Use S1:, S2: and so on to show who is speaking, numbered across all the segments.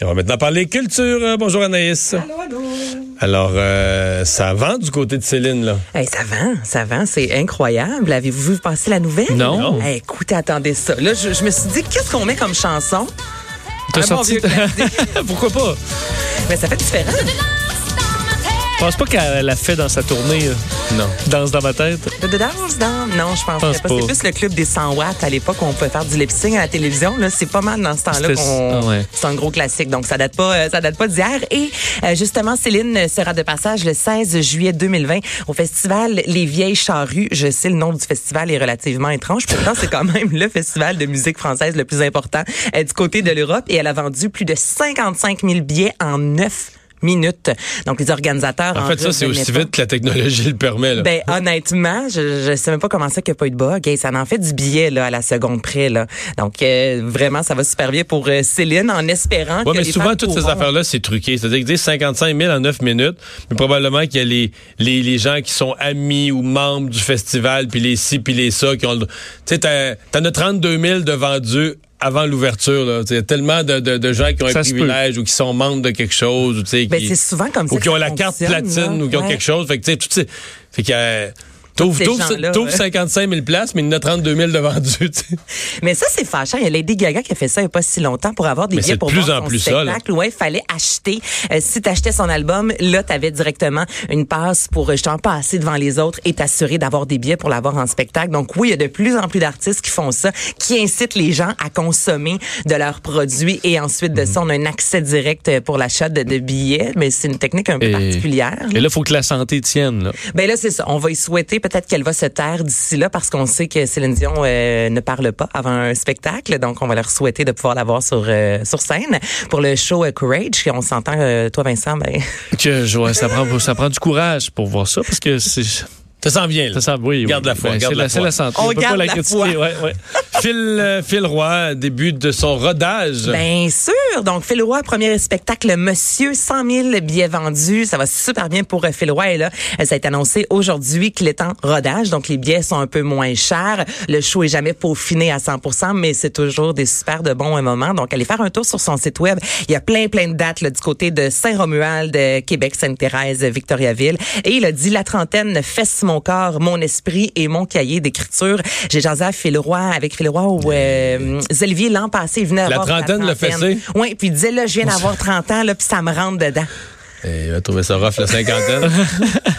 S1: Et on va maintenant parler culture. Euh, Bonjour Anaïs.
S2: Allô, allô.
S1: Alors, euh, ça vend du côté de Céline, là.
S2: Hey, ça va, ça va, c'est incroyable. Avez-vous vu passer la nouvelle?
S3: Non.
S1: Non.
S2: Hey, écoutez, attendez ça. Là, je, je me suis dit, qu'est-ce qu'on met comme chanson?
S3: T'as
S2: Un bon
S3: sorti-
S2: vieux classique.
S1: Pourquoi pas?
S2: Mais ça fait différent.
S3: Je pense pas qu'elle l'a fait dans sa tournée euh,
S1: Non.
S3: Danse dans ma tête.
S2: De de danse, dans? Non, je pense
S3: Pense
S2: pas.
S3: pas.
S2: C'est plus le club des 100 watts à l'époque où on pouvait faire du lip-sync à la télévision. Là, c'est pas mal dans ce temps-là
S3: C'était-
S2: qu'on.
S3: ah ouais.
S2: C'est un gros classique. Donc, ça date pas, euh, ça date pas d'hier. Et euh, justement, Céline sera de passage le 16 juillet 2020 au festival Les Vieilles Charrues. Je sais, le nom du festival est relativement étrange. Pourtant, c'est quand même le festival de musique française le plus important euh, du côté de l'Europe. Et elle a vendu plus de 55 000 billets en 9 minutes. Donc, les organisateurs.
S1: En fait, ça, c'est
S2: revenaient
S1: aussi
S2: pas.
S1: vite que la technologie le permet, là.
S2: Ben honnêtement, je, je sais même pas comment ça qu'il n'y a pas eu de bug. Hey, ça en fait du billet là à la seconde près là. Donc euh, vraiment, ça va super bien pour euh, Céline en espérant
S1: Ouais,
S2: que
S1: mais
S2: les
S1: souvent,
S2: femmes
S1: toutes ces
S2: pourront-
S1: affaires-là, c'est truqué. C'est-à-dire qu'ils disent 55 000 en 9 minutes, mais probablement qu'il y a les, les, les gens qui sont amis ou membres du festival, puis les ci, puis les ça, qui ont le... Tu sais, t'as- t'en as 32 000 de vendus avant l'ouverture. là. Tu sais, Il y a tellement de, de, de gens qui ont
S3: Ça
S1: un
S3: se peut.
S1: privilège ou qui sont membres de quelque chose. Ou, tu sais,
S2: Ben,
S1: qui-
S2: c'est souvent comme ça
S1: Ou qui ont
S2: que ça
S1: la carte
S2: fonctionne,
S1: platine
S2: là.
S1: ou qui ont
S2: Ouais.
S1: quelque chose. Fait que, tu sais, tout ces- Fait que... euh, T'ouvres
S2: ces
S1: t'ouvres-
S2: gens-là,
S1: t'ouvres
S2: ouais.
S1: 55 000 places, mais il y en a 32 000 de vendus. tu sais.
S2: Mais ça, c'est fâchant. Il y a Lady Gaga qui a fait ça il n'y a pas si longtemps pour avoir des
S1: Mais c'est
S2: billets
S1: de
S2: pour
S1: plus
S2: voir
S1: en
S2: son
S1: plus ça, là.
S2: spectacle. Ouais, il fallait acheter. Euh, si tu achetais son album, là, tu avais directement une passe pour euh, justement passer devant les autres et t'assurer d'avoir des billets pour l'avoir en spectacle. Donc oui, il y a de plus en plus d'artistes qui font ça, qui incitent les gens à consommer de leurs produits et ensuite
S1: Mhm.
S2: de ça, on a un accès direct euh, pour l'achat de, de billets. Mais c'est une technique un peu particulière.
S3: Et là, il faut que la santé tienne. Là.
S2: Ben là, c'est ça. On va y souhaiter peut-être qu'elle va se taire d'ici là parce qu'on sait que Céline Dion euh, ne parle pas avant un spectacle. Donc, on va leur souhaiter de pouvoir la voir sur, euh, sur scène pour le show euh, Courage. On s'entend, euh, toi, Vincent, ben,
S3: Que, je- ouais, ça, prend, ça prend du courage pour voir ça, parce que c'est.
S1: Ça s'en vient. là.
S3: Ça semble, oui.
S1: Garde
S3: oui.
S1: la foi,
S3: Ben,
S1: garde
S3: c'est
S1: la
S3: la, c'est
S1: foi.
S3: la santé.
S2: On
S3: peut pas
S2: garde
S3: la
S2: la
S3: critiquer.
S2: foi.
S3: Ouais, ouais.
S1: Phil, euh, Phil Roy, début de son rodage.
S2: Bien sûr. Donc, Phil Roy, premier spectacle, Monsieur, 100 000 billets vendus. Ça va super bien pour euh, Phil Roy. Et là, euh, ça a été annoncé aujourd'hui qu'il est en rodage. Donc, les billets sont un peu moins chers. Le show est jamais peaufiné à 100 mais c'est toujours des super de bons euh, moments. Donc, allez faire un tour sur son site web. Il y a plein, plein de dates là, du côté de Saint-Romuald, de Québec, Sainte-Thérèse, Victoriaville. Et il a dit la trentaine fesse mon corps, mon esprit et mon cahier d'écriture. J'ai jasé à Phil Roy, avec Phil Roy ou euh, Olivier l'an passé. Il venait
S1: La trentaine l'a fessé.
S2: oui, puis il disait, là, je viens d'avoir 30 ans, là, puis ça me rentre dedans.
S1: Et Eh, il va trouver ça rough la cinquantaine.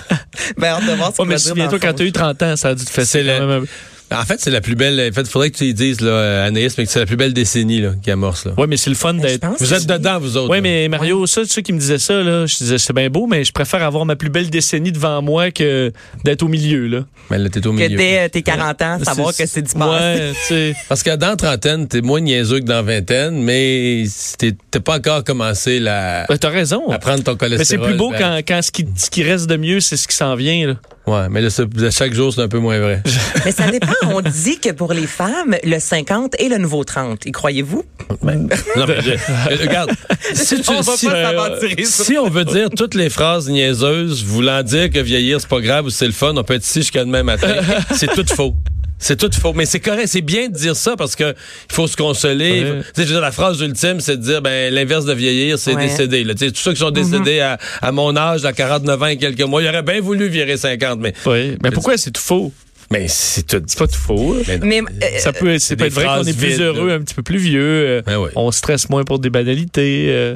S2: Ben, on va voir
S3: Ouais, Oh, mais souviens-toi, quand tu as eu 30 ans, ça a dû te
S1: C'est
S3: fesser.
S1: le-
S3: quand même un peu.
S1: en fait, c'est la plus belle. En fait, faudrait que tu y dises, là, euh, Anaïs, mais que c'est la plus belle décennie là, qui amorce. Là.
S3: Ouais, mais c'est le fun d'être.
S2: Ben, pense
S1: Vous êtes dedans, vous autres.
S3: Oui,
S1: là.
S3: mais Mario, ça, ceux qui me disaient ça, là, je disais, c'est bien beau, mais je préfère avoir ma plus belle décennie devant moi que d'être au milieu. Là.
S1: Mais là, t'es au
S2: que
S1: milieu.
S2: dès euh, tes 40 ans, savoir
S3: C'est-
S2: que c'est du passé.
S3: Ouais, tu sais.
S1: Parce que dans trentaine, t'es moins niaiseux que dans vingtaine, mais t'es t'as pas encore commencé la...
S3: Ben, T'as raison.
S1: à prendre ton cholestérol.
S3: Mais c'est plus beau
S1: ben,
S3: quand, quand ce, qui, ce qui reste de mieux, c'est ce qui s'en vient. Là.
S1: Ouais, mais là, c'est- chaque jour, c'est un peu moins vrai.
S2: Mais ça dépend. On dit que pour les femmes, le 50 et le nouveau 30. Y croyez-vous?
S1: Non, mais je- euh, regarde, si, tu-
S2: On va
S1: si- euh,
S2: pas s'aventurer sur
S1: si on veut dire toutes les phrases niaiseuses voulant dire que vieillir, c'est pas grave ou c'est le fun, on peut être ici jusqu'à demain matin, c'est tout faux. C'est tout faux. Mais c'est correct, c'est bien de dire ça parce que il faut se consoler.
S3: Ouais.
S1: Faut- tu sais, je veux dire, la phrase ultime, c'est de dire ben l'inverse de vieillir, c'est
S2: Ouais. Mhm.
S1: décéder. Là. Tu sais, Tous ceux qui sont décédés à, à mon âge, à 49 ans et quelques mois, ils auraient bien voulu virer 50, mais,
S3: Oui. Mais pourquoi c'est tout faux?
S1: mais c'est tout.
S3: C'est pas tout faux. là.
S1: Mais non.
S2: Mais euh,
S3: Ça peut, être-
S1: c'est
S3: ça peut
S1: des
S3: être vrai qu'on
S1: phrases
S3: est plus
S1: vides,
S3: heureux,
S1: là.
S3: un petit peu plus vieux. euh,
S1: Ben oui.
S3: On stresse moins pour des banalités. euh,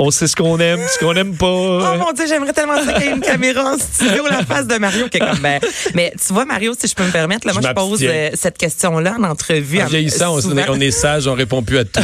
S3: on sait ce qu'on aime, ce qu'on aime
S2: Oh
S3: pas. hein.
S2: mon Dieu, j'aimerais tellement ça qu'il y ait une caméra en studio, la face de Mario qui est comme ben. Mais tu vois, Mario, si je peux me permettre, là, moi,
S1: Je
S2: je, pose
S1: m'abstiens.
S2: euh, cette question-là en entrevue.
S1: En vieillissant, on,
S2: souvent.
S1: est- on est sage, on répond plus à tout.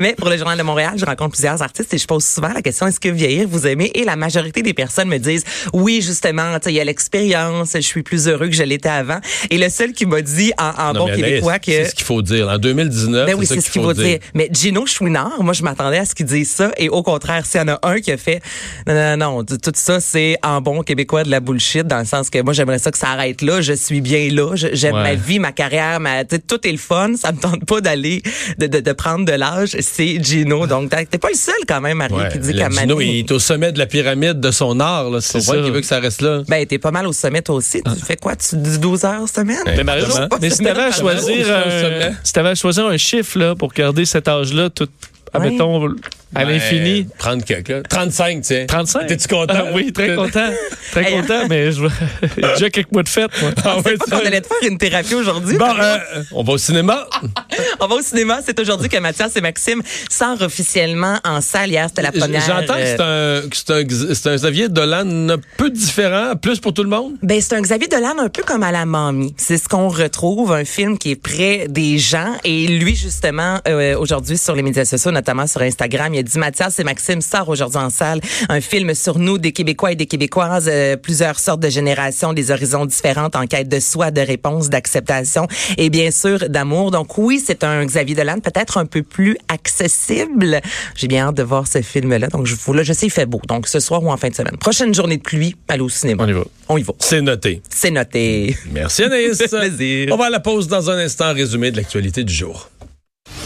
S2: Mais pour le Journal de Montréal, je rencontre plusieurs artistes et je pose souvent la question est-ce que vieillir vous aimez Et la majorité des personnes me disent oui, justement, tu sais, il y a l'expérience, je suis plus heureux que je l'étais avant. Et le seul qui m'a dit en, en
S1: Non,
S2: Ah bon
S1: mais Anaïs,
S2: québécois que.
S1: C'est ce qu'il faut dire. En 2019,
S2: Ben oui,
S1: c'est
S2: c'est
S1: ça
S2: ce qu'il faut dire. Mais Gino Chouinard, moi, je m'attendais à ce qu'il dise ça. Et au contraire, s'il y en a un qui a fait, non, non, non, t- tout ça, c'est en bon québécois de la bullshit, dans le sens que moi, j'aimerais ça que ça arrête là. Je suis bien là. Je- J'aime
S3: Ouais.
S2: ma vie, ma carrière, ma, tu sais, tout est le fun. Ça me tente pas d'aller, de, de, de prendre de l'âge. C'est Gino. Donc, t'as- t'es pas le seul, quand même, Marie,
S1: Ouais,
S2: qui dit
S1: le
S2: qu'à
S1: Gino,
S2: Mané-
S1: il est au sommet de la pyramide de son art. là. C'est
S3: C'est
S1: vrai
S3: ça.
S1: qu'il veut que ça reste là.
S2: Ben, t'es pas mal au sommet, toi aussi. Tu fais quoi? Tu dis 12 heures semaine?
S1: Ben,
S3: Mais Mario,
S1: Exactement.
S3: mais si t'avais à
S2: Pas
S3: choisir,
S1: semaine,
S3: euh,
S1: semaine.
S3: si t'avais à choisir un chiffre là, pour garder cet âge-là, tout à
S2: Ouais.
S3: mettons, à
S1: Ben,
S3: l'infini.
S1: 30 quelques, là. 35, tiens.
S3: 35.
S1: T'es-tu content?
S3: Ah oui, très
S1: T'es-
S3: content. Très
S2: Hey.
S3: content, mais je j'ai déjà quelques mois de fête, moi.
S1: Ah ouais,
S2: Je pensais pas qu'on allait te faire une thérapie aujourd'hui.
S1: Bon, euh, on va au cinéma.
S2: On va au cinéma. C'est aujourd'hui que Mathias et Maxime sortent officiellement en salle. Hier, c'était la première. euh,
S1: J'entends que c'est un, que c'est un, X- c'est un Xavier Dolan un peu différent, plus pour tout le monde.
S2: Ben, c'est un Xavier Dolan un peu comme à la mamie. C'est ce qu'on retrouve, un film qui est près des gens. Et lui, justement, euh, aujourd'hui, sur les médias sociaux, notamment sur Instagram, il a dit Mathias et Maxime sortent aujourd'hui en salle un film sur nous, des Québécois et des Québécoises, euh, plusieurs sortes de générations, des horizons différents, en quête de soi, de réponse, d'acceptation et bien sûr d'amour. Donc oui, c'est un Xavier Dolan peut-être un peu plus accessible. J'ai bien hâte de voir ce film-là. Donc je vous, là, je sais, il fait beau. Donc ce soir ou en fin de semaine. Prochaine journée de pluie, allez au cinéma.
S3: On y va.
S2: On y va.
S1: C'est noté.
S2: C'est noté.
S1: Merci, Anaïs.
S2: Plaisir.
S1: On va à la pause dans un instant, résumé de l'actualité du jour.